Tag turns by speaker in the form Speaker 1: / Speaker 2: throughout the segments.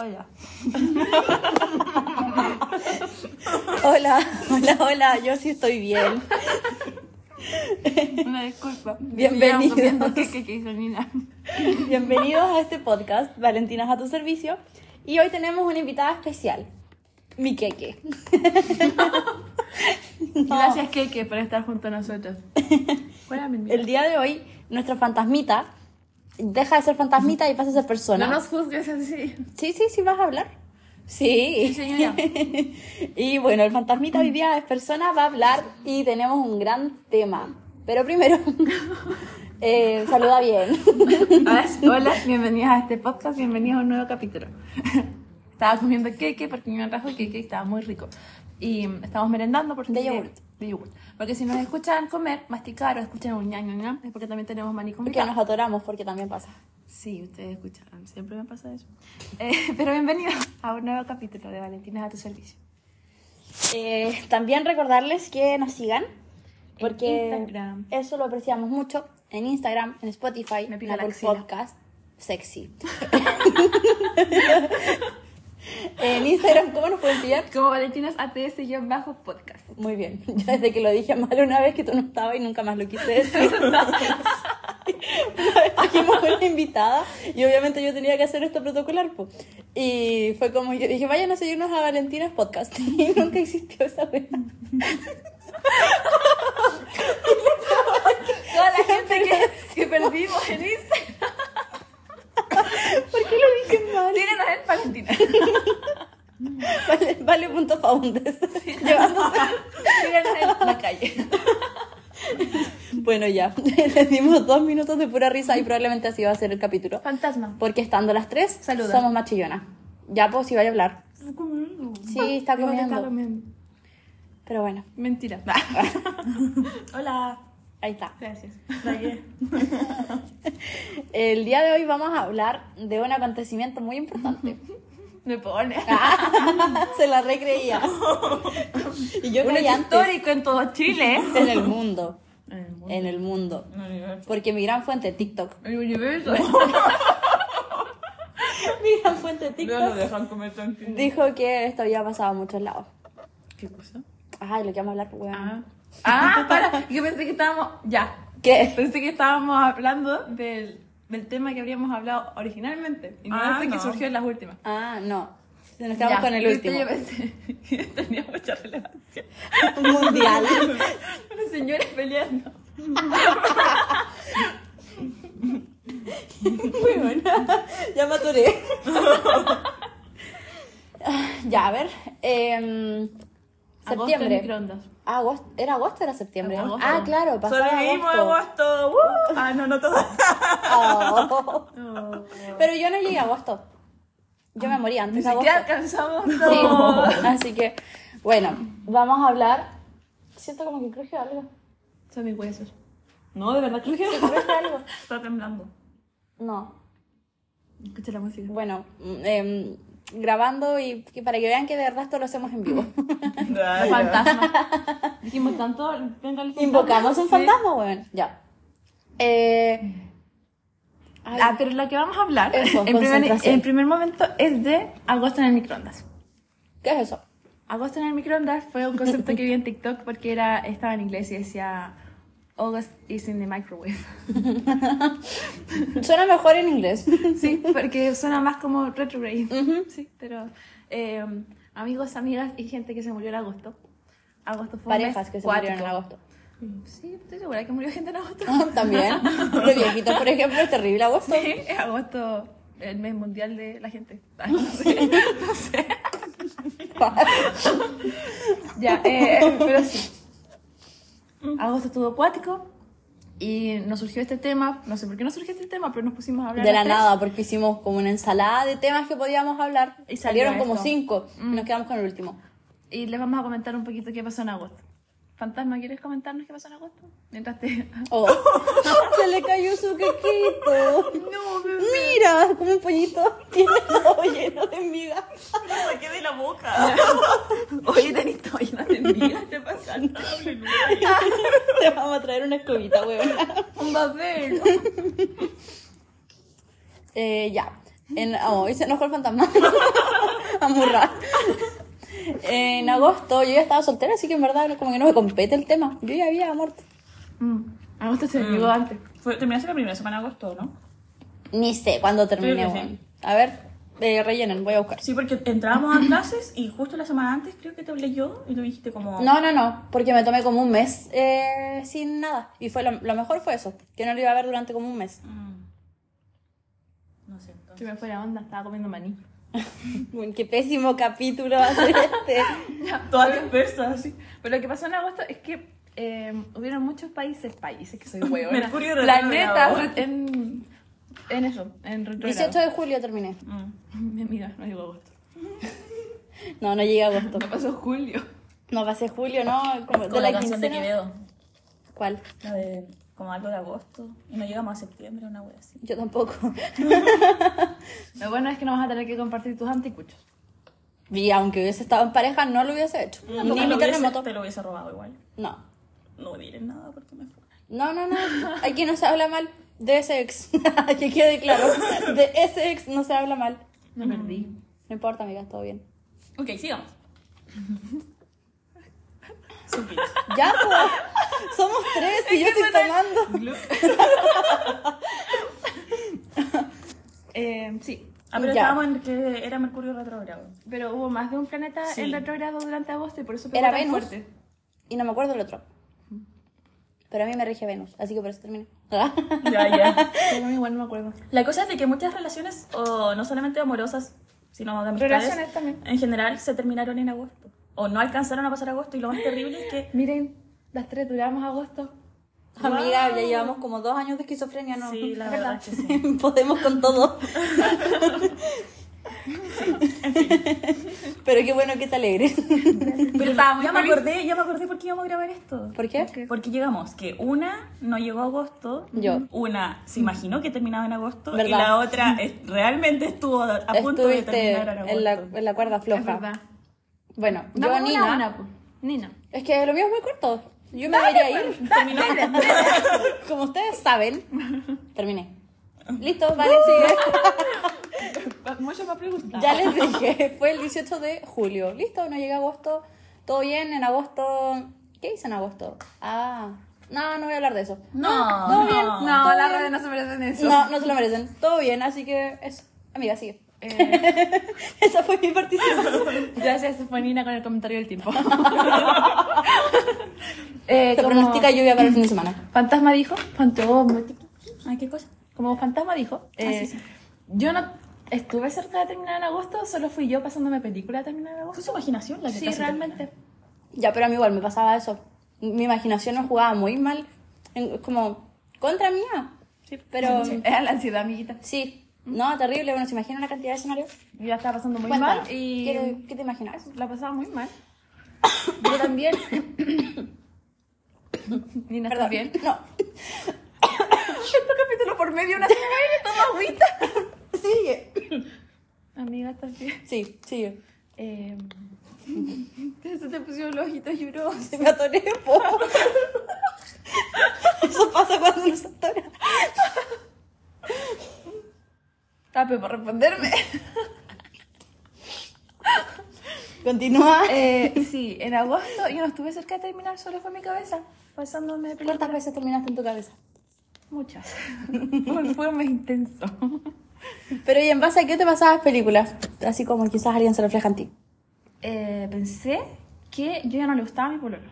Speaker 1: Hola.
Speaker 2: Hola, hola, hola, yo sí estoy bien.
Speaker 1: Una disculpa.
Speaker 2: Bienvenidos.
Speaker 1: Estuviéramos comiendo queque que hizo Nina.
Speaker 2: Bienvenidos a este podcast, Valentinas a tu servicio. Y hoy tenemos una invitada especial, mi queque.
Speaker 1: Gracias, Keke, por estar junto a nosotros. Hola, mi
Speaker 2: El día de hoy, nuestra fantasmita deja de ser fantasmita y pasa a ser persona.
Speaker 1: No nos juzgues así.
Speaker 2: Sí, sí, sí, vas a hablar. Sí.
Speaker 1: Sí, señora.
Speaker 2: y bueno, el fantasmita hoy día es persona, va a hablar y tenemos un gran tema. Pero primero, eh, saluda bien.
Speaker 1: A ver, hola, bienvenidos a este podcast, bienvenidos a un nuevo capítulo. Estaba comiendo queque porque mi mamá trajo queque y estaba muy rico. Y mm, estamos merendando porque...
Speaker 2: De yogurt.
Speaker 1: De yogurt. Porque si nos escuchan comer, masticar o escuchan un ña, ña, ña, es porque también tenemos maní con
Speaker 2: Porque nos atoramos, porque también pasa.
Speaker 1: Sí, ustedes escuchan, siempre me pasa eso. Eh, pero bienvenidos a un nuevo capítulo de Valentinas a tu servicio.
Speaker 2: Eh, también recordarles que nos sigan, porque
Speaker 1: Instagram.
Speaker 2: eso lo apreciamos mucho en Instagram, en Spotify,
Speaker 1: Me
Speaker 2: en
Speaker 1: pica la
Speaker 2: Apple
Speaker 1: axila.
Speaker 2: Podcast, sexy. en Instagram, ¿cómo nos pueden pillar?
Speaker 1: Como Valentinas ATS-podcast.
Speaker 2: Muy bien, yo desde que lo dije mal una vez que tú no estabas y nunca más lo quise decir. Una vez trajimos una invitada y obviamente yo tenía que hacer esto protocolar. po. Y fue como yo dije, vayan a seguirnos a Valentinas Podcast. Y nunca existió esa wea.
Speaker 1: Toda la gente que, que perdimos en Instagram.
Speaker 2: ¿Por qué lo dije mal?
Speaker 1: Síganos en Valentina.
Speaker 2: Vale, vale punto faundes. Llevándose.
Speaker 1: Síganos en la calle.
Speaker 2: Bueno, ya. Les dimos dos minutos de pura risa y probablemente así va a ser el capítulo.
Speaker 1: Fantasma.
Speaker 2: Porque estando las tres,
Speaker 1: Saluda.
Speaker 2: somos machillonas. Ya, pues, si vaya a hablar. Sí, está
Speaker 1: Digo que
Speaker 2: comiendo. Pero bueno,
Speaker 1: Mentira.
Speaker 2: Ah.
Speaker 1: Hola.
Speaker 2: ahí está.
Speaker 1: Gracias.
Speaker 2: El día de hoy vamos a hablar de un acontecimiento muy importante. Ah,
Speaker 1: Me pone.
Speaker 2: Se la recreía. Y yo
Speaker 1: Un
Speaker 2: creí
Speaker 1: hecho
Speaker 2: antes
Speaker 1: histórico en todo Chile. Eh,
Speaker 2: en el mundo. En el mundo. Porque mi gran fuente TikTok.
Speaker 3: El universo.
Speaker 2: Mi gran fuente
Speaker 3: No lo
Speaker 2: TikTok
Speaker 3: dejan comer tranquilo.
Speaker 2: dijo que esto había pasado a muchos lados.
Speaker 3: ¿Qué cosa?
Speaker 2: Ay, lo que vamos a hablar, pues, weón.
Speaker 3: Ah.
Speaker 1: Ah, para. Yo pensé que estábamos. Ya.
Speaker 2: ¿Qué?
Speaker 1: Pensé que estábamos hablando del, del tema que habríamos hablado originalmente. Y no
Speaker 3: Ah,
Speaker 1: este que
Speaker 3: no.
Speaker 1: surgió en las últimas.
Speaker 2: Ah, no. Se nos quedamos
Speaker 1: Ya,
Speaker 2: con el
Speaker 1: ¿viste?
Speaker 2: último.
Speaker 1: Yo pensé que tenía mucha relevancia.
Speaker 2: Mundial.
Speaker 1: Una señora peleando.
Speaker 2: Muy buena. Ya maturé. ya, a ver. em,
Speaker 1: Agosto en
Speaker 2: septiembre.
Speaker 1: microondas.
Speaker 2: Agosto, ¿Era agosto o era septiembre?
Speaker 1: Agosto.
Speaker 2: Ah, claro, pasó
Speaker 3: Sobrevivimos
Speaker 2: agosto.
Speaker 3: agosto. ¡Woo! Ah, no, no todo.
Speaker 2: Oh. Pero yo no llegué a agosto. Yo me morí
Speaker 1: Ni
Speaker 2: antes de
Speaker 1: siquiera
Speaker 2: agosto.
Speaker 1: alcanzamos
Speaker 2: Sí.
Speaker 1: todo.
Speaker 2: Así que, bueno, vamos a hablar. Siento como que cruje algo.
Speaker 1: Son mis huesos.
Speaker 3: No, de verdad, creo que
Speaker 2: Cruje algo.
Speaker 3: está temblando.
Speaker 2: No.
Speaker 1: Escucha la música.
Speaker 2: Bueno, mm, em, grabando y que para que vean que de verdad esto lo hacemos en vivo.
Speaker 3: Ay,
Speaker 1: Fantasma. Dijimos tanto, venga el fantasma.
Speaker 2: Invocamos un
Speaker 1: Sí.
Speaker 2: fantasma, weón. Ya. Eh, ay,
Speaker 1: Ah, pero lo que vamos a hablar
Speaker 2: Eso,
Speaker 1: en, primer,
Speaker 2: concentración.
Speaker 1: en primer momento es de agosto en el microondas.
Speaker 2: ¿Qué es eso?
Speaker 1: Agosto en el microondas fue un concepto que vi en TikTok porque era, estaba en inglés y decía August is in the microwave.
Speaker 2: Suena mejor en inglés.
Speaker 1: Sí, porque suena más como retrograde.
Speaker 2: Ujú.
Speaker 1: Sí, pero eh, amigos, amigas y gente que se murió en agosto. Agosto fue un
Speaker 2: Parejas
Speaker 1: mes
Speaker 2: que se
Speaker 1: cuático. Mm,
Speaker 2: murieron en agosto. Ah,
Speaker 1: Sí, estoy segura que murió gente en agosto.
Speaker 2: También. Los viejitos, por ejemplo, es terrible agosto.
Speaker 1: Sí, es agosto, el mes mundial de la gente. Ay, no sé. Ya, eh, pero sí. Agosto estuvo acuático y nos surgió este tema. No sé por qué nos surgió este tema, pero nos pusimos a hablar.
Speaker 2: De
Speaker 1: las
Speaker 2: la
Speaker 1: tres.
Speaker 2: nada, porque hicimos como una ensalada de temas que podíamos hablar.
Speaker 1: Y
Speaker 2: Y
Speaker 1: salió
Speaker 2: salieron como
Speaker 1: esto. Mm.
Speaker 2: cinco. Y nos quedamos con el último.
Speaker 1: Y les vamos a comentar un poquito qué pasó en agosto. Fantasma, ¿quieres comentarnos qué pasó en agosto? Mientras te...
Speaker 2: Oh. Se le cayó su quequito.
Speaker 1: No,
Speaker 2: Mira, como un pollito. Tiene todo lleno de migas.
Speaker 3: me saqué de la boca.
Speaker 1: Oye, tenés todo lleno de migas, te pasa.
Speaker 2: Te vamos a traer una escobita, weón.
Speaker 1: Un papel.
Speaker 2: Eh, ya. En, oh, y se enojó el fantasma. Amurra. En agosto yo ya estaba soltera, así que en verdad como que no me compete el tema. Yo ya había muerto.
Speaker 1: Mm. Agosto se
Speaker 3: Mm.
Speaker 1: llegó antes.
Speaker 3: Fue- Terminaste la primera semana de agosto, ¿no?
Speaker 2: Ni sé cuándo terminé,
Speaker 3: Creo que sí.
Speaker 2: weón. A ver, eh, rellenen, voy a buscar.
Speaker 3: Sí, porque entrábamos a clases y justo la semana antes creo que te hablé yo y tú me dijiste como...
Speaker 2: No, no, no, porque me tomé como un mes eh, sin nada. Y fue lo, lo mejor fue eso, que no lo iba a ver durante como un mes.
Speaker 3: Mm. No sé, entonces.
Speaker 1: Se me fue la onda, estaba comiendo maní.
Speaker 2: Uy, Qué pésimo capítulo va a ser este.
Speaker 3: Todas dispersas, así.
Speaker 1: Pero lo que pasó en agosto es que eh, hubieron muchos países, países que soy huevona.
Speaker 3: Mercurio
Speaker 1: Planetas
Speaker 3: retrógrado.
Speaker 1: en, en eso, en retrógrado.
Speaker 2: 18 de julio terminé.
Speaker 3: Mm.
Speaker 1: Mi amiga, no llegó agosto.
Speaker 2: No, no llegué a agosto.
Speaker 1: No pasó julio.
Speaker 2: No pasé julio, ¿no? Como,
Speaker 3: Como la, canción de Quevedo.
Speaker 2: ¿Cuál?
Speaker 3: La de como algo de agosto. Y no llegamos a septiembre, una wea así.
Speaker 2: Yo tampoco.
Speaker 1: Lo bueno es que no vas a tener que compartir tus anticuchos.
Speaker 2: Y aunque hubiese estado en pareja, no lo hubiese hecho. Ni
Speaker 3: Te lo
Speaker 2: mi terremoto.
Speaker 3: hubiese- Te lo hubiese robado igual.
Speaker 2: No.
Speaker 3: No diré nada porque me fue.
Speaker 2: No, no, no. Aquí no se habla mal de ese ex. que quede claro. De ese ex no se habla mal.
Speaker 1: Me perdí.
Speaker 2: No importa, amiga, todo bien.
Speaker 3: Ok, sigamos. Supito.
Speaker 2: Ya, pues. Somos tres y yo estoy tomando.
Speaker 1: Eh, sí,
Speaker 3: Ah, pero
Speaker 2: Ya.
Speaker 3: estábamos en que era Mercurio retrógrado.
Speaker 1: pero hubo más de un planeta
Speaker 3: Sí.
Speaker 1: en retrógrado durante agosto y por eso pegó
Speaker 2: Era
Speaker 1: tan
Speaker 2: Venus.
Speaker 1: fuerte.
Speaker 2: Y no me acuerdo el otro. Pero a mí me rige Venus, así que por eso terminé.
Speaker 3: Ya, ya.
Speaker 1: Pero igual no me acuerdo.
Speaker 3: La cosa es de que muchas relaciones, o no solamente amorosas, sino de amistades,
Speaker 1: Relaciones también.
Speaker 3: en general se terminaron en agosto. O no alcanzaron a pasar agosto. Y lo más terrible es que
Speaker 1: Miren, las tres duramos agosto.
Speaker 2: Amiga, ya llevamos como dos años de esquizofrenia, ¿no?
Speaker 3: Sí, la verdad que sí.
Speaker 2: Podemos con todo. Pero qué bueno que te alegres.
Speaker 3: Pero ya me acordé, ya me acordé por qué íbamos a grabar esto.
Speaker 2: ¿Por qué?
Speaker 3: Porque llegamos que una no llegó a agosto,
Speaker 2: Yo.
Speaker 3: una se imaginó que terminaba en agosto y
Speaker 2: ¿Verdad?
Speaker 3: la otra es- realmente estuvo a punto de
Speaker 2: Estuviste
Speaker 3: terminar en agosto.
Speaker 2: en la, en la cuerda floja.
Speaker 1: Es verdad.
Speaker 2: Bueno,
Speaker 1: No,
Speaker 2: yo
Speaker 1: una,
Speaker 2: Nina.
Speaker 1: una, po. Nina.
Speaker 2: Es que lo mío es muy corto. Yo me debería ir.
Speaker 3: Terminó. pues.
Speaker 2: Como ustedes saben, terminé. Listo, vale, sigue.
Speaker 1: Mucho más preguntas.
Speaker 2: Ya les dije, fue el 18 de julio. Listo, no llegué a agosto. Todo bien, en agosto. ¿Qué hice en agosto? Ah, no, no voy a hablar de eso.
Speaker 3: No,
Speaker 2: todo
Speaker 3: no.
Speaker 2: bien.
Speaker 1: No,
Speaker 2: todo
Speaker 1: las
Speaker 2: bien.
Speaker 1: redes no se merecen eso.
Speaker 2: No, no se lo merecen. Todo bien, así que eso. Amiga, sigue.
Speaker 1: Eh,
Speaker 2: Esa fue mi participación.
Speaker 1: gracias, fue Nina con el comentario del tiempo. eh,
Speaker 2: Se
Speaker 1: como
Speaker 2: pronostica lluvia para el fin de semana.
Speaker 1: Fantasma dijo, fantasma,
Speaker 3: Ay, qué cosa.
Speaker 1: como fantasma dijo, eh, yo no estuve cerca de terminar en agosto, solo fui yo pasándome película a terminar en agosto.
Speaker 3: Fue su imaginación la que
Speaker 1: Sí,
Speaker 3: casi
Speaker 1: realmente.
Speaker 2: Ya, pero a mí igual me pasaba eso. Mi imaginación no jugaba muy mal. En- Es como, contra mía.
Speaker 1: Sí,
Speaker 2: pero-
Speaker 1: Era la ansiedad, amiguita.
Speaker 2: Sí. No, terrible. Bueno, ¿se imagina la cantidad de escenarios?
Speaker 1: Yo la estaba pasando muy
Speaker 2: Cuéntanos,
Speaker 1: mal y
Speaker 2: ¿Qué, qué te imaginas?
Speaker 1: la pasaba muy mal. Yo también. Nina, ¿estás
Speaker 2: Perdón.
Speaker 1: bien?
Speaker 2: No.
Speaker 1: Este capítulo por medio una semana y toma agüita.
Speaker 2: Sigue.
Speaker 1: Amiga, ¿estás bien?
Speaker 2: Sí, sigue.
Speaker 1: Eh, se te pusieron los ojitos llorosos.
Speaker 2: Se me atoré un poco. Eso pasa cuando nos atora.
Speaker 1: Tape por responderme.
Speaker 2: Continúa.
Speaker 1: Eh, sí, en agosto yo no estuve cerca de terminar, solo fue mi cabeza, pasándome de película.
Speaker 2: ¿Cuántas veces terminaste en tu cabeza?
Speaker 1: Muchas. fue, fue muy intenso.
Speaker 2: Pero y en base a qué te pasabas películas, así como quizás alguien se refleja en ti.
Speaker 1: Eh, pensé que yo ya no le gustaba a mi pololo.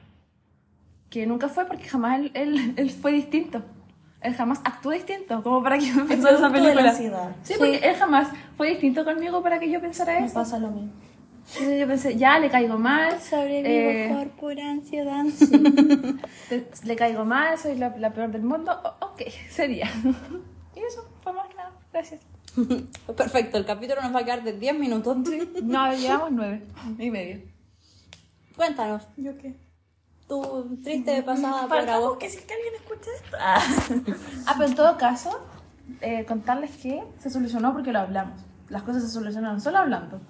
Speaker 1: Que nunca fue porque jamás él, él, él fue distinto. Él jamás actuó distinto, como para que yo pensara esa
Speaker 3: producto de la
Speaker 1: película.
Speaker 3: ansiedad.
Speaker 1: Sí, porque él jamás fue distinto conmigo para que yo pensara
Speaker 3: Me
Speaker 1: eso.
Speaker 3: pasa lo mismo.
Speaker 1: Entonces yo pensé, ya le caigo mal. eh,
Speaker 2: Sobrevivo por pura ansiedad.
Speaker 1: Te- le caigo mal, soy la, la peor del mundo. O- ok, sería. y eso, fue más nada. Gracias.
Speaker 2: Perfecto, el capítulo nos va a quedar de 10 minutos.
Speaker 1: No, llevamos nueve y medio.
Speaker 2: Cuéntanos,
Speaker 3: ¿Yo qué?
Speaker 2: tu triste pasada por
Speaker 3: Faltamos
Speaker 2: agosto.
Speaker 3: que si es que alguien escucha esto. Ah.
Speaker 1: Ah, pero en todo caso, eh, contarles que se solucionó porque lo hablamos. Las cosas se solucionaron solo hablando.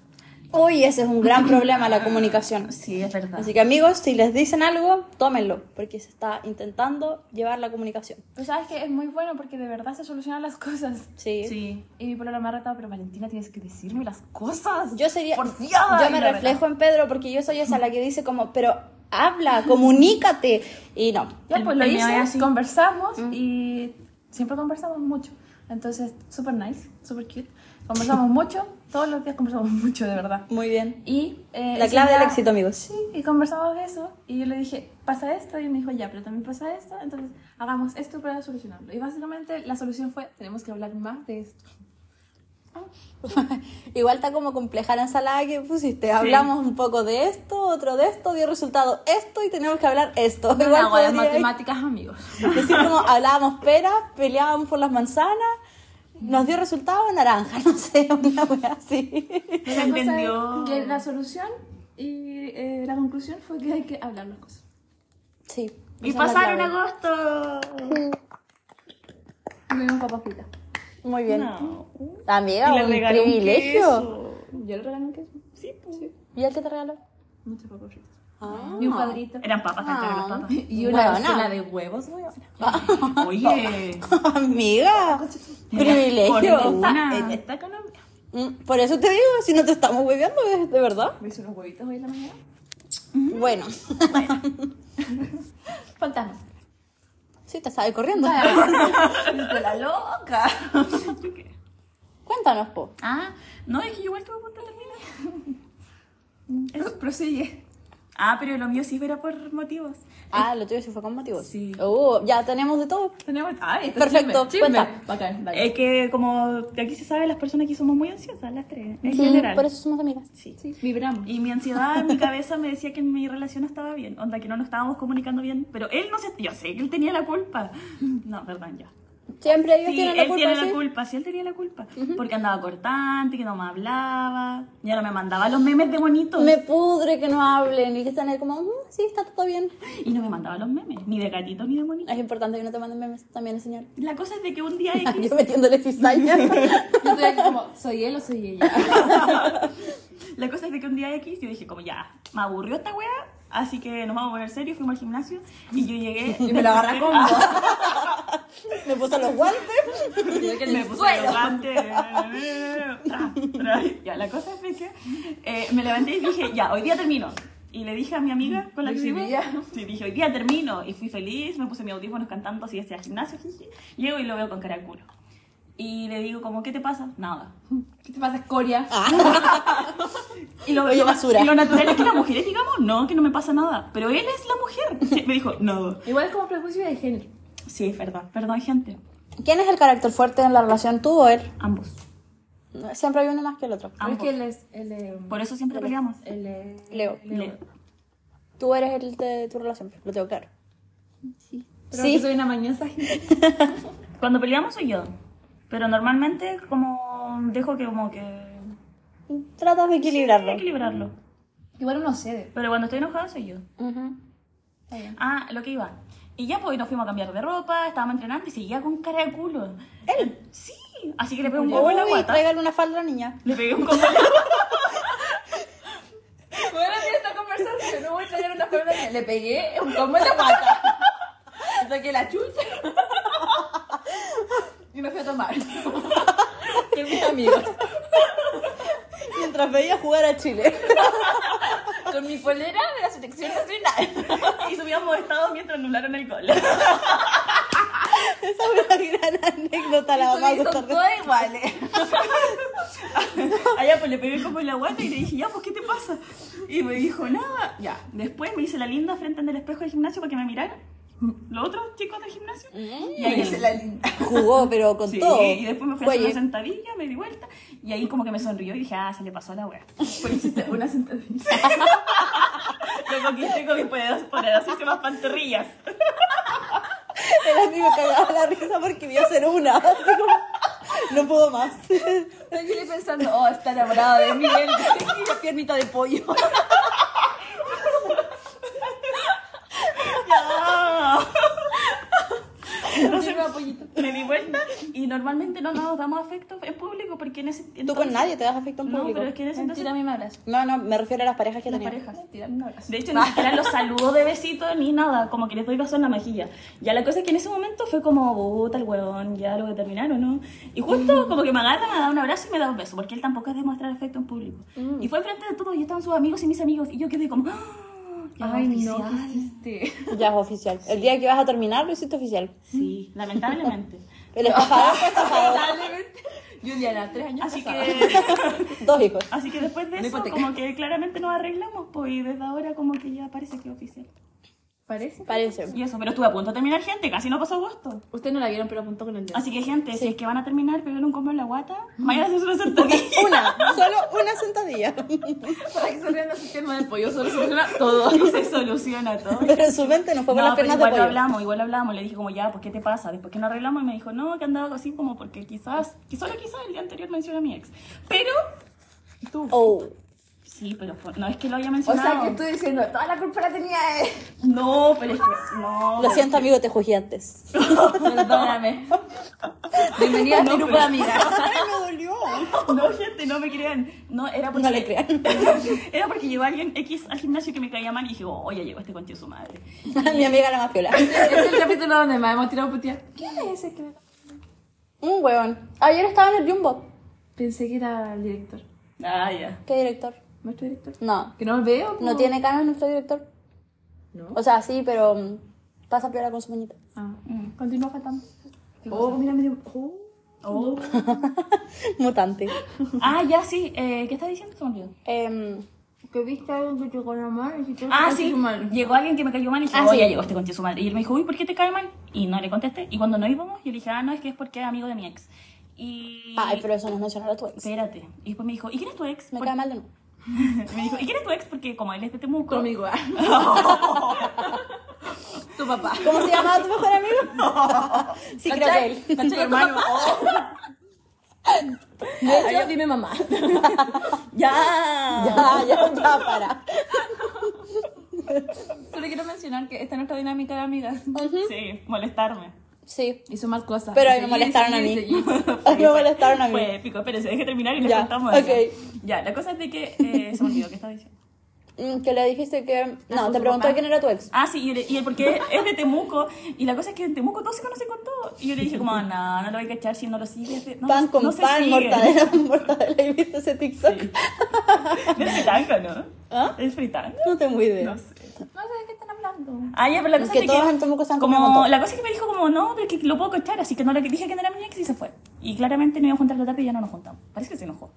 Speaker 2: Uy, ese es un gran problema, la comunicación.
Speaker 3: Sí, es verdad.
Speaker 2: Así que amigos, si les dicen algo, tómenlo, porque se está intentando llevar la comunicación.
Speaker 1: Pero sabes que es muy bueno porque de verdad se solucionan las cosas.
Speaker 2: Sí.
Speaker 3: Sí.
Speaker 1: Y mi polola me ha retado, pero Valentina, tienes que decirme las cosas.
Speaker 2: Yo sería...
Speaker 1: Por Dios.
Speaker 2: Yo
Speaker 1: Y
Speaker 2: me
Speaker 1: la
Speaker 2: reflejo en Pedro porque yo soy esa la que dice como, pero habla, comunícate. Y no.
Speaker 1: Ya,
Speaker 3: El-
Speaker 1: pues lo
Speaker 3: el mío
Speaker 1: hice,
Speaker 3: es así.
Speaker 1: conversamos y siempre conversamos mucho. Entonces, súper nice, súper cute. Conversamos mucho, todos los días conversamos mucho, de verdad.
Speaker 2: Muy bien.
Speaker 1: Y, eh,
Speaker 2: La
Speaker 1: ese
Speaker 2: clave
Speaker 1: día-
Speaker 2: del éxito, amigos.
Speaker 1: Sí, y conversamos de eso. Y yo le dije, pasa esto. Y me dijo, ya, pero también pasa esto. Entonces, hagamos esto para solucionarlo. Y básicamente la solución fue, tenemos que hablar más de esto.
Speaker 2: Igual está como compleja la ensalada que pusiste. Hablamos un poco de esto, otro de esto, dio resultado esto y tenemos que hablar esto. Igual
Speaker 1: Ahora,
Speaker 2: podría-
Speaker 1: matemáticas, amigos.
Speaker 2: decir como hablábamos peras, peleábamos por las manzanas, nos dio resultado naranja, no sé, una wea así.
Speaker 3: Se
Speaker 1: La cosa es
Speaker 3: entendió.
Speaker 1: que la solución y eh, la conclusión fue que hay que hablar las cosas.
Speaker 2: Sí.
Speaker 3: Y
Speaker 2: esa es la
Speaker 3: pasaron
Speaker 2: clave.
Speaker 3: agosto.
Speaker 1: Comimos papas fritas.
Speaker 2: Muy bien.
Speaker 3: No.
Speaker 2: Amiga,
Speaker 3: Y le
Speaker 2: un
Speaker 3: regaló un
Speaker 2: privilegio.
Speaker 3: queso.
Speaker 1: Yo le regalé un queso. Sí, sí.
Speaker 2: ¿Y el que te regaló?
Speaker 1: Muchas papas fritas.
Speaker 2: Ah.
Speaker 1: Y un cuadrito.
Speaker 3: Eran papas, tan caras las papas.
Speaker 1: Y una
Speaker 2: Huevona.
Speaker 1: docena de huevos, huevona.
Speaker 3: Oye.
Speaker 2: Ah. Amiga, privilegio.
Speaker 3: Por esta, esta economía.
Speaker 2: Mm, Por eso te digo, si no te estamos hueveando, es de verdad.
Speaker 1: Me hice unos huevitos hoy en la mañana.
Speaker 2: Bueno,
Speaker 1: Fantasma.
Speaker 2: sí, te estaba corriendo.
Speaker 1: De la loca.
Speaker 2: Cuéntanos, po.
Speaker 3: Ah, no, es que yo igual tuve punto terminé.
Speaker 1: Eso prosigue.
Speaker 3: Ah, pero lo mío sí era por motivos.
Speaker 2: Ah, lo tuyo sí fue con motivos.
Speaker 3: Sí.
Speaker 2: Uh, ya tenemos de todo.
Speaker 1: Tenemos. Ay, esto
Speaker 2: Perfecto,
Speaker 1: es chisme, chisme.
Speaker 2: cuenta.
Speaker 1: Bacán, dale.
Speaker 3: Es que como aquí se sabe, las personas aquí somos muy ansiosas, las tres, en
Speaker 2: Sí,
Speaker 3: general.
Speaker 2: por eso somos amigas.
Speaker 3: Sí.
Speaker 1: Sí, vibramos.
Speaker 3: Y mi ansiedad en mi cabeza me decía que mi relación no estaba bien, onda que no nos estábamos comunicando bien, pero él no se... Yo sé que él tenía la culpa. No, perdón, ya.
Speaker 2: Siempre ellos
Speaker 3: Sí,
Speaker 2: tienen la
Speaker 3: él
Speaker 2: culpa.
Speaker 3: tiene
Speaker 2: ¿sí?
Speaker 3: la culpa, sí, él tenía la culpa. Porque andaba cortante, que no me hablaba, y ahora me mandaba los memes de bonitos.
Speaker 2: Me pudre que no hablen y que están ahí como, "Mm, sí, está todo bien.
Speaker 3: Y no me mandaba los memes, ni de gatito ni de bonito.
Speaker 2: Es importante que no te manden memes también, señor.
Speaker 3: La cosa es de que un día X
Speaker 2: Yo metiéndole cizaña.
Speaker 1: Yo estoy aquí como, ¿soy él o soy ella?
Speaker 3: La cosa es de que un día X yo dije como ya, me aburrió esta wea, así que nos vamos a poner serio, fuimos al gimnasio y yo llegué... Ah,
Speaker 1: Y me la agarré con vos.
Speaker 2: Me puso los guantes.
Speaker 3: me puse los guantes. tra, tra. Ya, la cosa es de que eh, me levanté y dije, ya, hoy día termino. Y le dije a mi amiga con la que
Speaker 1: Hoy
Speaker 3: vivo,
Speaker 1: día.
Speaker 3: sí, dije, hoy día termino. Y fui feliz, me puse mis audífonos cantando así hacia el gimnasio. jiji. Llego y lo veo con cara de culo. Y le digo como, ¿qué te pasa? Nada.
Speaker 1: ¿Qué te pasa, escoria?
Speaker 3: Y lo,
Speaker 2: Oye,
Speaker 3: lo-
Speaker 2: basura.
Speaker 3: Ah. y lo natural es que las mujeres digamos, no, que no me pasa nada. Pero él es la mujer. Sí, me dijo, no.
Speaker 1: Igual es como prejuicio de género.
Speaker 3: Sí, es verdad. Perdón, gente.
Speaker 2: ¿Quién es el carácter fuerte en la relación, tú o él?
Speaker 3: Ambos.
Speaker 2: Siempre hay uno más que el otro.
Speaker 1: Pero es
Speaker 3: Ambos.
Speaker 1: que él es. Él, eh,
Speaker 3: Por eso siempre peleamos.
Speaker 1: él, eh,
Speaker 2: Leo.
Speaker 3: Le-
Speaker 2: Tú eres el de tu relación, lo tengo claro.
Speaker 1: Sí. Pero
Speaker 2: Sí.
Speaker 1: que soy una mañosa.
Speaker 3: Cuando peleamos soy yo. Pero normalmente como dejo que como que...
Speaker 2: Tratas de
Speaker 3: Sí,
Speaker 2: equilibrarlo.
Speaker 3: equilibrarlo.
Speaker 1: Igual uno cede.
Speaker 3: Pero cuando estoy enojada soy yo.
Speaker 2: Ujú.
Speaker 3: Ah, lo que iba. Y ya pues nos fuimos a cambiar de ropa, estábamos entrenando y seguía con cara de culo. ¿Él? Sí. Así que le pegué un combo en la
Speaker 2: Uy,
Speaker 3: guata.
Speaker 2: tráigale una falda a la niña.
Speaker 3: Le pegué un combo en la guata.
Speaker 1: Bueno, tiene esta conversación. No voy a traer una forma de- Le pegué un combo en la pata. Saqué la chucha. Y me fui a tomar. Con mis amigos.
Speaker 2: Mientras veía jugar a Chile.
Speaker 1: Con mi polera de la selección nacional.
Speaker 3: Y subíamos estados mientras anularon el gol.
Speaker 2: Esa es una gran anécdota, la mamá a
Speaker 1: Son
Speaker 2: gustar.
Speaker 1: todas
Speaker 3: ¿eh?
Speaker 1: iguales.
Speaker 3: Allá pues le pegué como en la guata y le dije, ya, pues, ¿qué te pasa? Y me dijo, nada. Ya. Después me hice la linda frente en el espejo del gimnasio para que me miraran los otros chicos del gimnasio.
Speaker 2: Mm.
Speaker 3: Y ahí
Speaker 1: Esa es la linda.
Speaker 2: Jugó, pero con
Speaker 3: Sí,
Speaker 2: todo.
Speaker 3: y después me fui a hacer
Speaker 2: Cuello.
Speaker 3: una sentadilla, me di vuelta, y ahí como que me sonrió y dije, ah, se le pasó la wea.
Speaker 1: Pues hiciste una sentadilla.
Speaker 3: Lo conquisté con mis poder- poderosísimas pantorrillas.
Speaker 2: El amigo cagaba la risa porque vio hacer una. Así como, no puedo más.
Speaker 1: Yo quedé pensando, oh, está enamorado de mí. él. Y la piernita de pollo.
Speaker 3: Ya. No
Speaker 1: Sí,
Speaker 3: se
Speaker 1: me
Speaker 2: los apoyitos.
Speaker 3: me di vuelta y normalmente no nos damos afecto en público porque en ese
Speaker 2: Tú con nadie te das afecto en
Speaker 3: No,
Speaker 2: público.
Speaker 3: pero es que en ese entonces
Speaker 1: Mentira, a mí me hablas.
Speaker 2: No, no, me refiero a las parejas que
Speaker 3: las
Speaker 2: tenía.
Speaker 3: parejas.
Speaker 1: Mentira, a mí me hablas.
Speaker 3: De hecho, ni siquiera los saludo de besito ni nada, como que les doy beso en la mejilla. Ya la cosa es que en ese momento fue como, puta, el huevón, ya lo voy a terminar o no. Y justo como que me agarra, me da un abrazo y me da un beso, porque él tampoco es de mostrar afecto en público.
Speaker 2: Mm.
Speaker 3: Y fue enfrente de todos y estaban sus amigos y mis amigos, y yo quedé como, ¡Ah! ya
Speaker 1: Ay, no,
Speaker 3: oficial.
Speaker 1: ¿qué hiciste?
Speaker 2: Ya es oficial. El día que vas a terminar lo hiciste oficial.
Speaker 3: Sí, lamentablemente.
Speaker 2: El estafador fue estafador.
Speaker 1: Lamentablemente. Yo, Diana, tres años
Speaker 3: Así
Speaker 1: casada.
Speaker 3: que,
Speaker 2: Dos hijos.
Speaker 3: así que después de
Speaker 1: No
Speaker 3: eso,
Speaker 1: hipoteca.
Speaker 3: como que claramente nos arreglamos, pues, y desde ahora como que ya parece que es oficial.
Speaker 1: Parece.
Speaker 2: Parece.
Speaker 3: Y eso, pero estuve a punto de terminar, gente, casi no pasó agosto.
Speaker 1: Ustedes no la vieron, pero apuntó con el dedo.
Speaker 3: Así que, gente, si es que van a terminar, pegan un combo en la guata.
Speaker 2: Mm.
Speaker 3: Mañana se una sentadilla.
Speaker 2: Una, solo una sentadilla.
Speaker 1: Para que salgan los sistemas del pollo, solo soluciona todo.
Speaker 3: se soluciona todo.
Speaker 2: Pero en su mente no fue por
Speaker 3: No,
Speaker 2: las
Speaker 3: pero
Speaker 2: piernas
Speaker 3: igual
Speaker 2: de
Speaker 3: lo
Speaker 2: pollo.
Speaker 3: hablamos, igual lo hablamos. Le dije como, ya, pues, ¿qué te pasa? Después que nos arreglamos y me dijo, no, que andaba así como porque quizás, que solo quizás el día anterior mencioné a mi ex. Pero,
Speaker 2: Oh.
Speaker 3: sí, pero fue- no es que lo haya
Speaker 1: O sea,
Speaker 3: mencionado.
Speaker 1: que estoy diciendo, toda la culpa la tenía él.
Speaker 3: No, pero es que, no.
Speaker 2: Lo siento, amigo, te juzgué antes.
Speaker 1: Perdóname. Bienvenida a mi
Speaker 3: No,
Speaker 1: grupo
Speaker 3: pero-
Speaker 1: de amigas.
Speaker 2: Ay, me dolió.
Speaker 3: No, gente, no me crean. No, era porque.
Speaker 2: No le crean.
Speaker 3: Era porque llegó alguien X al gimnasio que me caía mal y dije, oh, ya llegó este conche su madre.
Speaker 2: Mi amiga la más piola.
Speaker 1: Es el capítulo donde más hemos tirado putear. ¿Quién es ese que me-
Speaker 2: Un huevón. Ayer estaba en el Jumbo.
Speaker 1: Pensé que era el director.
Speaker 3: Ah, ya.
Speaker 2: ¿Qué director?
Speaker 1: ¿Nuestro director?
Speaker 2: No.
Speaker 1: Que no lo veo. po.
Speaker 2: No tiene canas nuestro director.
Speaker 1: No.
Speaker 2: O sea, sí, pero mm, pasa piola con su moñita.
Speaker 1: Ah.
Speaker 3: Continúa faltando.
Speaker 1: Oh, mira, me dio. Oh.
Speaker 3: Oh.
Speaker 2: Mutante.
Speaker 3: Ah, ya, sí. Eh, ¿Qué estás diciendo? Se me olvidó.
Speaker 2: Em,
Speaker 1: Que viste algo que te con amar y te
Speaker 3: Ah, sí. Llegó alguien que me cayó mal y dije,
Speaker 2: Ah,
Speaker 3: oh,
Speaker 2: sí.
Speaker 3: ya llegó este conche su madre. Y él me dijo, uy, ¿por qué te cae mal? Y no le contesté. Y cuando no íbamos, yo le dije, ah, no, es que es porque es amigo de mi ex. Y...
Speaker 2: Ay, pero eso no es mencionar a tu ex.
Speaker 3: Espérate. Y después me dijo, ¿y quién es tu ex?
Speaker 2: Me
Speaker 3: Por-
Speaker 2: cae mal de nuevo.
Speaker 3: me dijo, ¿y quién es tu ex? Porque como él es de Temuco.
Speaker 1: Conmigo. ah. tu papá.
Speaker 2: ¿Cómo se llama tu mejor amigo? Sí, creo que él.
Speaker 1: ¿Cachai? Tu hermano. Oh. De hecho, dime mamá.
Speaker 2: Ya, Ah, ya, ya, para.
Speaker 1: Solo quiero mencionar que esta es nuestra dinámica de amigas.
Speaker 3: Sí, molestarme.
Speaker 2: Sí,
Speaker 1: Hizo mal cosas.
Speaker 2: pero ahí me
Speaker 1: Seguí,
Speaker 2: molestaron a
Speaker 1: seguí,
Speaker 2: mí.
Speaker 1: seguí.
Speaker 2: Ahí me molestaron a mí.
Speaker 3: Fue épico, pero se deje terminar y les
Speaker 2: Ya,
Speaker 3: contamos.
Speaker 2: ok.
Speaker 3: eso. Ya, la cosa es de que eh, se me olvidó que estaba diciendo.
Speaker 2: Mm, Que le dijiste que.
Speaker 3: Ah,
Speaker 2: No,
Speaker 3: tu
Speaker 2: te preguntó
Speaker 3: papá.
Speaker 2: quién era tu ex.
Speaker 3: Ah, sí, y, le- y el porque es de Temuco. Y la cosa es que en Temuco todos se conocen con todo. Y yo le dije, como, no, no lo voy a cachar si no lo sigues. de- No,
Speaker 2: Pan
Speaker 3: no
Speaker 2: con
Speaker 3: se
Speaker 2: pan,
Speaker 3: sigue".
Speaker 2: mortadela con mortadela. ¿Y viste ese TikTok?
Speaker 3: Sí. No es fritanco, ¿no?
Speaker 2: ¿Ah?
Speaker 3: Es fritanco.
Speaker 2: No tengo idea.
Speaker 3: No sé.
Speaker 1: No sé de qué están hablando.
Speaker 3: Ah, ya, pero la cosa
Speaker 2: que
Speaker 3: es de
Speaker 2: todos en Temuco están comiendo
Speaker 3: como
Speaker 2: todo.
Speaker 3: La cosa es que me dijo, como, no, pero es que lo puedo cachar. Así que no le dije que no era mi ex y se fue. Y claramente no iba a juntar la tarde y ya no nos juntamos. Parece que se enojó.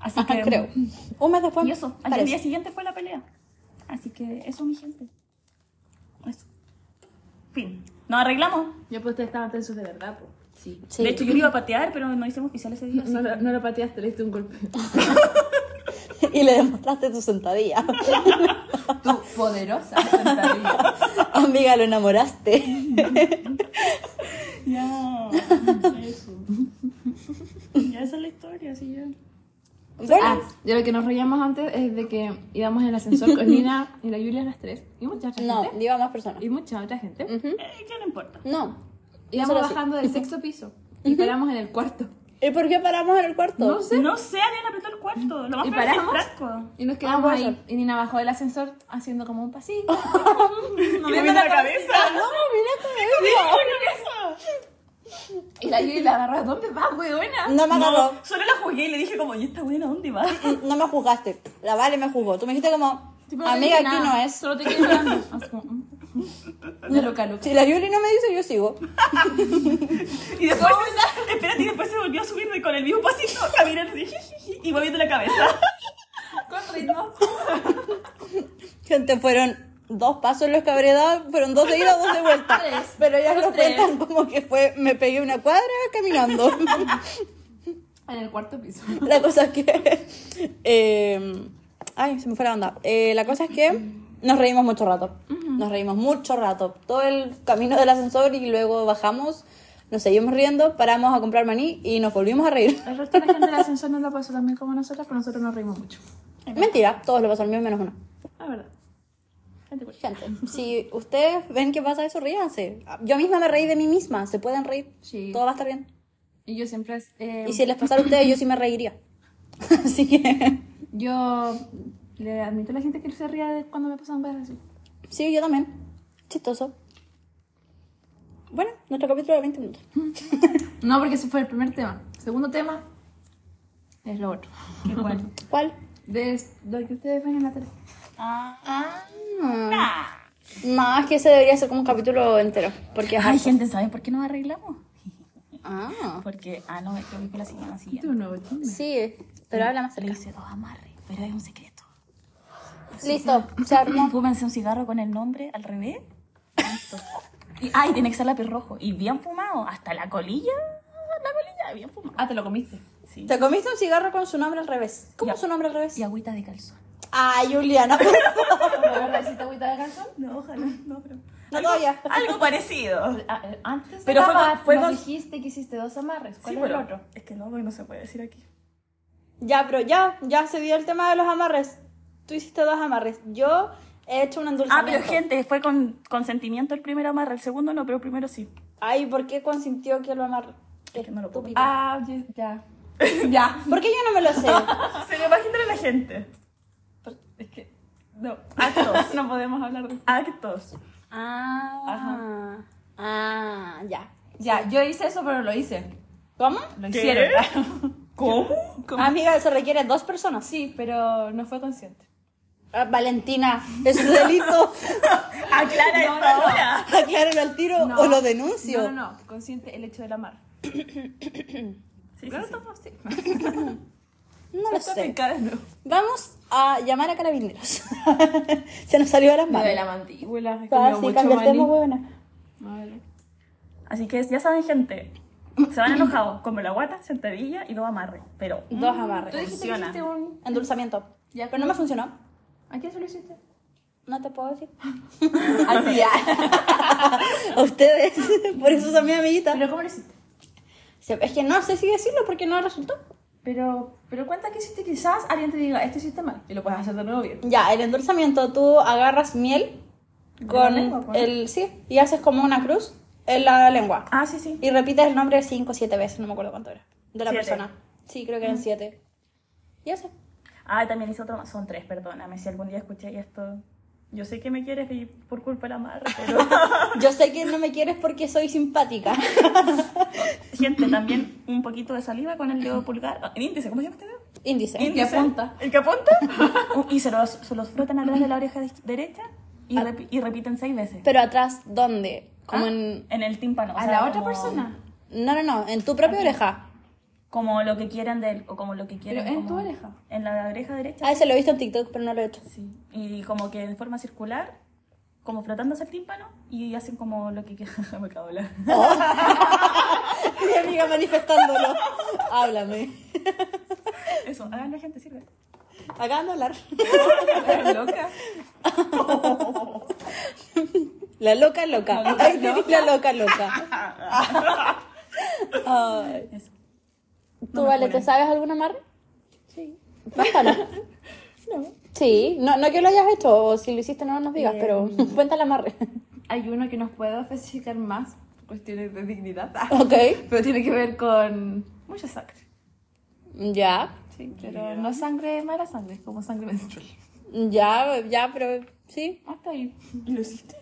Speaker 3: Así que.
Speaker 2: Creo. Un mes después.
Speaker 3: Y eso, al
Speaker 2: parece.
Speaker 3: día siguiente fue la pelea. Así que eso, mi gente. Eso. Fin. Nos arreglamos.
Speaker 1: Yo pues ustedes estaban tensos de verdad, pues. Sí.
Speaker 2: Sí.
Speaker 3: De hecho, yo le iba a patear, pero no hicimos oficial ese día. así
Speaker 1: No lo, no lo pateaste, le diste un golpe.
Speaker 2: Y le demostraste tu sentadilla.
Speaker 1: Tú, poderosa sentadilla.
Speaker 2: Amiga, lo enamoraste.
Speaker 3: que- Ya. Eso. Ya esa es la historia, así ya.
Speaker 1: Ah,
Speaker 2: Bueno,
Speaker 1: de lo que nos reíamos antes es de que íbamos en el ascensor con Nina y la Julia a las tres. Y mucha otra
Speaker 2: no, Mm,
Speaker 1: gente.
Speaker 2: iba más personas.
Speaker 1: Y mucha otra gente.
Speaker 2: Ujú.
Speaker 3: Eh, ya no importa.
Speaker 2: No.
Speaker 1: Íbamos
Speaker 2: Solo así.
Speaker 1: bajando del sexto piso. Y paramos en el cuarto.
Speaker 2: ¿Y por qué paramos en el cuarto?
Speaker 1: No sé.
Speaker 3: No sé, alguien apretó el cuarto. Lo más
Speaker 1: ¿Y
Speaker 3: probable es que
Speaker 1: paramos?
Speaker 3: Franco.
Speaker 1: Y nos quedamos
Speaker 2: Ah, puede
Speaker 1: ahí.
Speaker 2: ser. Ah,
Speaker 1: Y Nina bajó del ascensor haciendo como un pasito.
Speaker 3: Moviendo la cabeza.
Speaker 2: No, mira tu
Speaker 1: Y la Julia la agarró. ¿Dónde vas, weona?
Speaker 2: No me agarró.
Speaker 3: No, solo la jugué y le dije como, ¿y esta buena dónde va?
Speaker 2: No me juzgaste. La Vale me juzgó. Tú me dijiste como,
Speaker 1: Sí, pero no te
Speaker 2: amiga,
Speaker 1: dije
Speaker 2: aquí
Speaker 1: nada,
Speaker 2: no es.
Speaker 1: Solo te quedé mirando. Así como, mm. De loca, loca.
Speaker 2: Si la Yuli no me dice, yo sigo.
Speaker 3: Y después, espérate, y después se volvió a subir de- con el mismo pasito, caminar así, jijiji, y moviendo la cabeza.
Speaker 1: Con ritmo.
Speaker 2: Gente, fueron dos pasos los que habré dado, fueron dos de ida, dos de vuelta.
Speaker 1: Tres.
Speaker 2: Pero ellas
Speaker 1: Fueron
Speaker 2: lo
Speaker 1: tres.
Speaker 2: cuentan como que fue, me pegué una cuadra caminando.
Speaker 1: En el cuarto piso.
Speaker 2: la cosa es que. eh, ay, se me fue la onda. Eh, la cosa es que nos reímos mucho rato. Nos reímos mucho rato. Todo el camino del ascensor y luego bajamos, nos seguimos riendo, paramos a comprar maní y nos volvimos a reír.
Speaker 1: El resto de la gente del ascensor no lo pasó también como nosotras, pero nosotros nos reímos mucho.
Speaker 2: Mentira, todos lo pasaron bien menos uno.
Speaker 1: La verdad. Gente culiada.
Speaker 2: Gente, si ustedes ven que pasa eso, ríanse. Yo misma me reí de mí misma, se pueden reír.
Speaker 1: Sí.
Speaker 2: Todo va a estar bien.
Speaker 1: Y yo siempre. eh,
Speaker 2: Y si les pasara a ustedes, yo sí me reiría. Así que.
Speaker 1: Yo le admito a la gente que se ría de cuando me pasan cosas así.
Speaker 2: Sí, yo también. Chistoso. Bueno, nuestro capítulo de 20 minutos.
Speaker 1: No, porque ese fue el primer tema. Segundo tema es lo otro.
Speaker 3: Qué bueno.
Speaker 2: ¿Cuál?
Speaker 1: De lo que ustedes ven en la tele.
Speaker 3: Ah.
Speaker 2: Ah.
Speaker 3: Ah.
Speaker 2: No, es que ese debería ser como un capítulo entero. Porque es
Speaker 3: Ay,
Speaker 2: harto.
Speaker 3: gente, ¿sabes por qué nos arreglamos?
Speaker 2: Ah.
Speaker 3: Porque, ah, no, es que vi que la siguiente, la
Speaker 1: Este
Speaker 3: siguiente.
Speaker 1: es un nuevo chisme.
Speaker 2: Sí, pero habla más
Speaker 3: Le
Speaker 2: cerca.
Speaker 3: hice dos amarres, pero es un secreto.
Speaker 2: Listo, se armó.
Speaker 3: Fúmense un cigarro con el nombre al revés. Listo. Y, ay, tiene que ser lápiz rojo. Y bien fumado, hasta la colilla. La colilla, bien fumado.
Speaker 1: Ah, te lo comiste.
Speaker 3: Sí.
Speaker 2: Te comiste un cigarro con su nombre al revés. ¿Cómo
Speaker 3: Ya.
Speaker 2: su nombre al revés?
Speaker 3: Y agüita de calzón.
Speaker 2: Ay, Juliana.
Speaker 1: ¿La verdad hiciste agüita de calzón?
Speaker 3: No, ojalá, no, pero.
Speaker 2: No todavía.
Speaker 3: Algo parecido.
Speaker 1: Ah, eh, Antes
Speaker 3: Pero
Speaker 1: pero
Speaker 3: fue con- fue
Speaker 1: fue, nos
Speaker 3: con-
Speaker 1: dijiste que hiciste dos amarres. ¿Cuál
Speaker 3: Sí,
Speaker 1: es
Speaker 3: pero
Speaker 1: el otro?
Speaker 3: Es que no, porque no se puede decir aquí.
Speaker 2: Ya, pero ya, ya se dio el tema de los amarres. Tú hiciste dos amarres. Yo he hecho un
Speaker 3: Ah,
Speaker 2: endulzamiento.
Speaker 3: pero gente, fue con consentimiento el primer amarre, el segundo no, pero el primero sí.
Speaker 2: Ay, ¿por qué consintió que lo amarre?
Speaker 3: Es que no lo puedo
Speaker 2: Estúpida.
Speaker 1: Ah, ya. Ya. ya.
Speaker 2: ¿Por qué yo no me lo sé?
Speaker 3: Se me imagina a la gente.
Speaker 1: Es que. No. Ah,
Speaker 3: Actos.
Speaker 1: no podemos hablar de
Speaker 3: Actos.
Speaker 2: ah. Ah, ya.
Speaker 1: Ya, yo hice eso, pero lo hice.
Speaker 2: ¿Cómo?
Speaker 1: Lo
Speaker 3: ¿Qué?
Speaker 1: hicieron.
Speaker 3: ¿Cómo?
Speaker 2: Amiga, se requiere dos personas.
Speaker 1: sí, pero no fue consciente.
Speaker 2: Ah, Valentina, es un delito.
Speaker 3: Aclara
Speaker 1: No,
Speaker 3: esta
Speaker 1: no, no.
Speaker 3: hora.
Speaker 2: Aclaren al tiro o lo
Speaker 1: No,
Speaker 2: denuncio.
Speaker 1: no, no. Consciente el hecho del amar.
Speaker 3: Sí,
Speaker 1: Claro,
Speaker 3: sí,
Speaker 1: tomo, sí.
Speaker 2: No lo sé.
Speaker 3: sí.
Speaker 2: Vamos a llamar a carabineros. se nos salió de las
Speaker 1: Lo de la
Speaker 2: manos.
Speaker 1: mandíbula. he
Speaker 2: Ah,
Speaker 1: comido
Speaker 2: sí,
Speaker 1: mucho
Speaker 2: cambia el
Speaker 1: maní.
Speaker 2: tema, huevona.
Speaker 1: Vale.
Speaker 3: Así que ya saben, gente. Se van enojados. Como la guata, sentadilla y dos amarres. Pero
Speaker 2: Dos
Speaker 1: Tú
Speaker 2: amarres.
Speaker 1: dijiste que
Speaker 3: Funciona.
Speaker 1: hiciste un...
Speaker 2: Endulzamiento.
Speaker 1: Ya,
Speaker 2: Pero no me funcionó.
Speaker 1: ¿A quién se lo hiciste?
Speaker 2: No te puedo decir.
Speaker 1: A ti,
Speaker 2: A ustedes. Por eso son mi amiguita.
Speaker 1: ¿Pero cómo lo hiciste?
Speaker 2: Es que no sé si decirlo porque no resultó.
Speaker 1: Pero, pero cuenta que hiciste, quizás alguien te diga, esto hiciste mal, y lo puedes hacer de nuevo bien.
Speaker 2: Ya, el endulzamiento, tú agarras miel
Speaker 1: la
Speaker 2: con
Speaker 1: lengua, pues? con-
Speaker 2: el... Sí, y haces como una cruz en la lengua.
Speaker 3: Ah, sí, sí.
Speaker 2: Y repites el nombre 5 o 7 veces, no me acuerdo cuánto era. De la
Speaker 3: Siete.
Speaker 2: persona. Sí, creo que
Speaker 1: Mm.
Speaker 2: eran 7. Y eso.
Speaker 3: Ah, también hice otro más. Son tres, perdóname. Si algún día escuché esto. Yo sé que me quieres y por culpa del amarre, pero.
Speaker 2: Yo sé que no me quieres porque soy simpática.
Speaker 3: gente, también un poquito de saliva con el dedo pulgar. ah, El índice, ¿cómo se llama este dedo?
Speaker 2: Índice.
Speaker 1: que
Speaker 3: Índice.
Speaker 1: apunta.
Speaker 3: El que apunta. Uh, y se los, se los frotan atrás de la oreja de- derecha y,
Speaker 2: Ah.
Speaker 3: repi- y repiten seis veces.
Speaker 2: Pero atrás, ¿dónde? Como
Speaker 1: Ah.
Speaker 2: en...
Speaker 3: En el tímpano. o
Speaker 1: ¿A
Speaker 3: sea,
Speaker 1: la otra
Speaker 3: como-
Speaker 1: persona?
Speaker 2: No, no, no, en tu propia oreja.
Speaker 3: Como lo que quieran de él, o como lo que quieran.
Speaker 1: Pero en
Speaker 3: como-
Speaker 1: tu oreja.
Speaker 3: En la oreja derecha.
Speaker 2: Ah, se lo he visto en TikTok, pero no lo he hecho.
Speaker 3: Sí. Y como que en forma circular, como frotándose el tímpano, y hacen como lo que quieran. Me cago en la-
Speaker 1: Oh.
Speaker 2: Oh. Mi amiga manifestándolo. Háblame.
Speaker 3: Eso, hagan la gente, sirve.
Speaker 2: Acaban de hablar.
Speaker 1: ¿Estás loca?
Speaker 2: La loca loca.
Speaker 1: La loca,
Speaker 2: Ay, te vi La loca loca. Ay.
Speaker 3: Eso.
Speaker 2: ¿Tú, Vale, te sabes alguna amarre? Sí. Cuéntanos. Sí, no, no que lo hayas hecho, o si lo hiciste no nos digas, pero cuenta la amarre.
Speaker 1: Hay uno que nos puedo especificar más, por cuestiones de dignidad,
Speaker 2: Ok.
Speaker 1: pero tiene que ver con mucha sangre.
Speaker 2: Ya,
Speaker 1: Sí, pero no sangre, mala sangre, como sangre menstrual.
Speaker 2: ya, ya, pero sí.
Speaker 1: Hasta ahí.
Speaker 3: ¿Lo hiciste?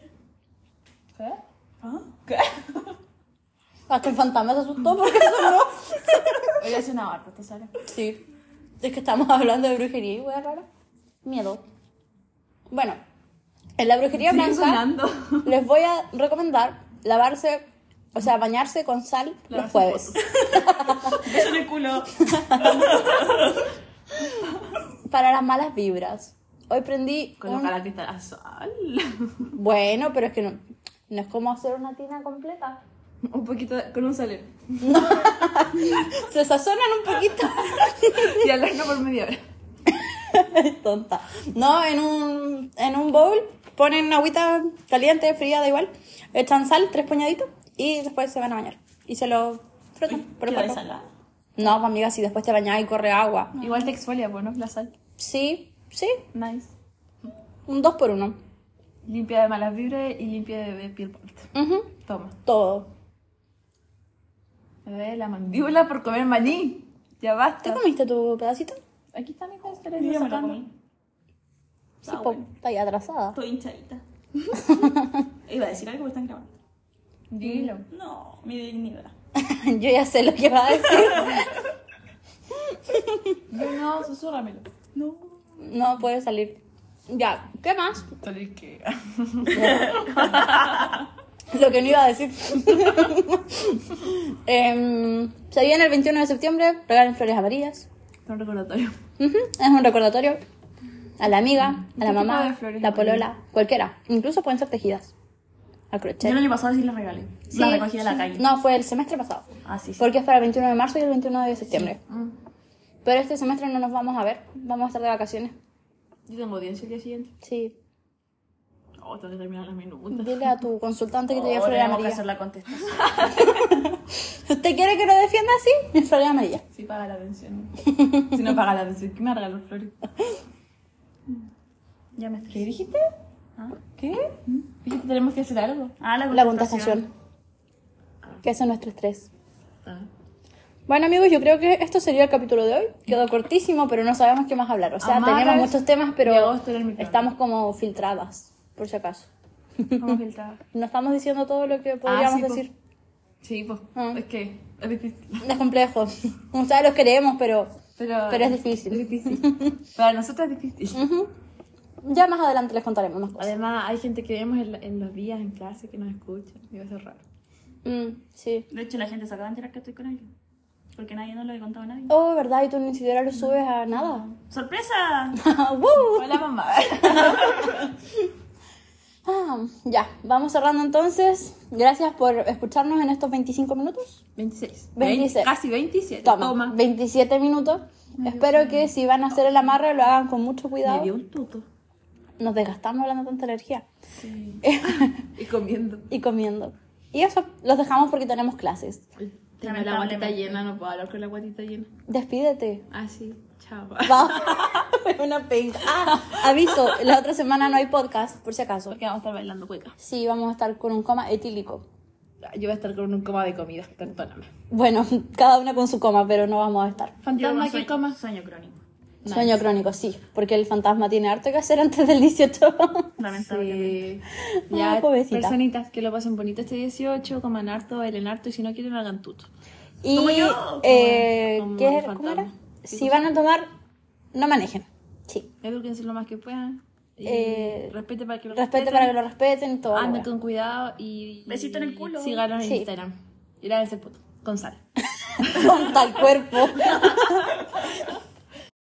Speaker 1: ¿Qué?
Speaker 3: ¿Ah?
Speaker 2: Hasta el fantasma se asustó porque eso no.
Speaker 1: Hoy hace una barba, ¿tú sabes?
Speaker 2: Sí. Es que estamos hablando de brujería y wea rara. Miedo. Bueno, en la brujería
Speaker 1: Sigue
Speaker 2: blanca
Speaker 1: sonando.
Speaker 2: les voy a recomendar lavarse, o sea, bañarse con sal los
Speaker 1: Lavarse
Speaker 2: jueves.
Speaker 3: Eso en el culo.
Speaker 2: Para las malas vibras. Hoy prendí un-
Speaker 1: Colocar la cristal al sol.
Speaker 2: Bueno, pero es que no, no es como hacer una tina completa.
Speaker 1: Un poquito de- con un salero.
Speaker 2: Se sazonan un poquito.
Speaker 1: Y al horno por media hora.
Speaker 2: Tonta. No, en un, en un bowl ponen agüita caliente, fría, da igual. Echan sal, tres puñaditos y después se van a bañar. Y se lo frotan por el
Speaker 3: ¿Queda
Speaker 2: cuerpo.
Speaker 3: salada?
Speaker 2: No, pues, amiga, si después te bañas y corre agua.
Speaker 1: Igual pues, te exfolia, bueno, la sal.
Speaker 2: Sí, sí,
Speaker 1: Nice.
Speaker 2: un dos por uno.
Speaker 1: Limpia de malas vibras y limpia de de piel bonita.
Speaker 2: Ujú.
Speaker 1: Toma.
Speaker 2: Todo.
Speaker 1: Me duele la mandíbula por comer maní. Ya
Speaker 2: ¿Te
Speaker 1: basta.
Speaker 2: comiste tu pedacito?
Speaker 1: Aquí está mi pez, te lo
Speaker 3: Yo
Speaker 1: estoy
Speaker 3: ya me lo
Speaker 1: sacando.
Speaker 3: comí.
Speaker 2: Sí,
Speaker 3: Ah,
Speaker 2: po,
Speaker 3: bueno.
Speaker 2: está ahí atrasada.
Speaker 3: Estoy hinchadita. Iba a decir algo, pero están grabando.
Speaker 1: Dilo.
Speaker 3: No, mi dignidad.
Speaker 2: Yo ya sé lo que va a decir.
Speaker 1: Yo no, susurramelo.
Speaker 3: No.
Speaker 2: No puede salir. Ya, ¿qué más?
Speaker 1: Entonces, que.
Speaker 2: Lo que no iba a decir. Em, se viene el 21 de septiembre, regalen flores amarillas.
Speaker 1: Un recordatorio.
Speaker 2: Ujú, Es un recordatorio a la amiga, a
Speaker 1: ¿Qué tipo
Speaker 2: la
Speaker 1: de
Speaker 2: mamá,
Speaker 1: flores
Speaker 2: la polola, cualquiera. Incluso pueden ser tejidas. A crochet.
Speaker 3: Yo el año pasado sí les regalé.
Speaker 2: Sí,
Speaker 3: la recogí de la
Speaker 2: sí.
Speaker 3: calle.
Speaker 2: No, fue el semestre pasado.
Speaker 3: Ah, sí, sí.
Speaker 2: Porque es para el 21 de marzo y el 21 de septiembre.
Speaker 3: Ah.
Speaker 1: Mm.
Speaker 2: Pero este semestre no nos vamos a ver. Vamos a estar de vacaciones.
Speaker 1: Yo tengo audiencia el día siguiente.
Speaker 2: Sí.
Speaker 1: Oh, tengo que terminar las minutas.
Speaker 2: Dile a tu consultante que te lleve
Speaker 3: Oh,
Speaker 2: flores
Speaker 3: tenemos que
Speaker 2: amarillas.
Speaker 3: hacer la contestación.
Speaker 2: ¿Usted quiere que lo defienda así? Mi flores amarillas.
Speaker 1: Si paga la pensión. si no paga la pensión, ¿qué me regaló flores?
Speaker 3: Ya me estoy.
Speaker 1: ¿Qué dijiste? ¿Qué? Dijiste, tenemos que hacer algo.
Speaker 3: Ah, la
Speaker 2: La
Speaker 3: contestación.
Speaker 2: contestación.
Speaker 1: Ah.
Speaker 2: Que es nuestro estrés. Bueno amigos, yo creo que esto sería el capítulo de hoy. Quedó cortísimo, pero no sabemos qué más hablar. O sea,
Speaker 1: Amarras
Speaker 2: tenemos muchos temas, pero
Speaker 1: de agosto en el micrófono.
Speaker 2: estamos como filtradas, por si acaso.
Speaker 1: ¿Cómo filtraba?
Speaker 2: No estamos diciendo todo lo que podríamos
Speaker 1: Ah, sí, pues. po.
Speaker 2: decir.
Speaker 1: Sí, pues.
Speaker 2: Ah.
Speaker 1: Es que es difícil.
Speaker 2: Es complejo. Ustedes los queremos, pero
Speaker 1: Pero,
Speaker 2: Pero es difícil.
Speaker 1: Es difícil. Para nosotros es difícil.
Speaker 2: ujú. ya más adelante les contaremos más cosas.
Speaker 1: Además, hay gente que vemos en, la- en los días, en clase, que nos escucha. Digo, eso es raro.
Speaker 2: Mm, sí.
Speaker 3: De hecho, la gente se acaba de enterar que estoy con alguien. Porque nadie no lo había contado a nadie.
Speaker 2: Oh, ¿verdad? Y tú ni siquiera lo subes a nada.
Speaker 3: ¡Sorpresa!
Speaker 2: ¡Woo!
Speaker 1: Hola, mamá.
Speaker 2: Ah, ya, vamos cerrando entonces. Gracias por escucharnos en estos 25 minutos.
Speaker 1: 26.
Speaker 2: 26.
Speaker 1: casi 27.
Speaker 2: Toma,
Speaker 1: Toma.
Speaker 2: 27 minutos. Espero que si van a hacer el amarre lo hagan con mucho
Speaker 3: Me dio
Speaker 2: cuidado.
Speaker 3: un tuto.
Speaker 2: Nos desgastamos hablando tanta energía.
Speaker 3: Sí.
Speaker 1: Y comiendo.
Speaker 2: y comiendo. Y eso los dejamos porque tenemos clases.
Speaker 1: Tengo la guatita llena, no puedo hablar con la guatita llena.
Speaker 2: Despídete.
Speaker 1: Ah, sí. Chao.
Speaker 2: Va. Una penca. Ah, aviso, la otra semana no hay podcast, por si acaso.
Speaker 1: Porque vamos a estar bailando cueca.
Speaker 2: Sí, vamos a estar con un coma etílico.
Speaker 1: Yo voy a estar con un coma de comida, perdóname.
Speaker 2: Bueno, cada una con su coma, pero no vamos a estar.
Speaker 1: Fantasma que
Speaker 3: Yo sueño-
Speaker 1: coma.
Speaker 3: Sueño crónico.
Speaker 2: Sueño crónico, sí, porque el fantasma tiene harto que hacer antes del 18.
Speaker 3: Lamentablemente.
Speaker 1: Sí.
Speaker 2: Ah,
Speaker 1: Ya,
Speaker 2: pobrecita.
Speaker 1: personitas que lo pasen bonito este 18, coman harto, bailen harto y si no quieren hagan tuto.
Speaker 2: Y,
Speaker 3: Como yo,
Speaker 2: eh,
Speaker 1: como- como
Speaker 2: ¿qué-
Speaker 1: el
Speaker 2: ¿cómo era?
Speaker 1: fantasma.
Speaker 2: Si van a tomar, no manejen. Sí.
Speaker 1: Edúquense lo más que puedan. Y
Speaker 2: Eh,
Speaker 1: respete para que lo
Speaker 2: Respete
Speaker 1: respeten.
Speaker 2: para que lo respeten, todo.
Speaker 1: Anden Ah, con cuidado y.
Speaker 3: Besito en el culo.
Speaker 1: Síganos
Speaker 2: Sí.
Speaker 1: en Instagram. Y lávense el puto. Con sal.
Speaker 2: con tal cuerpo.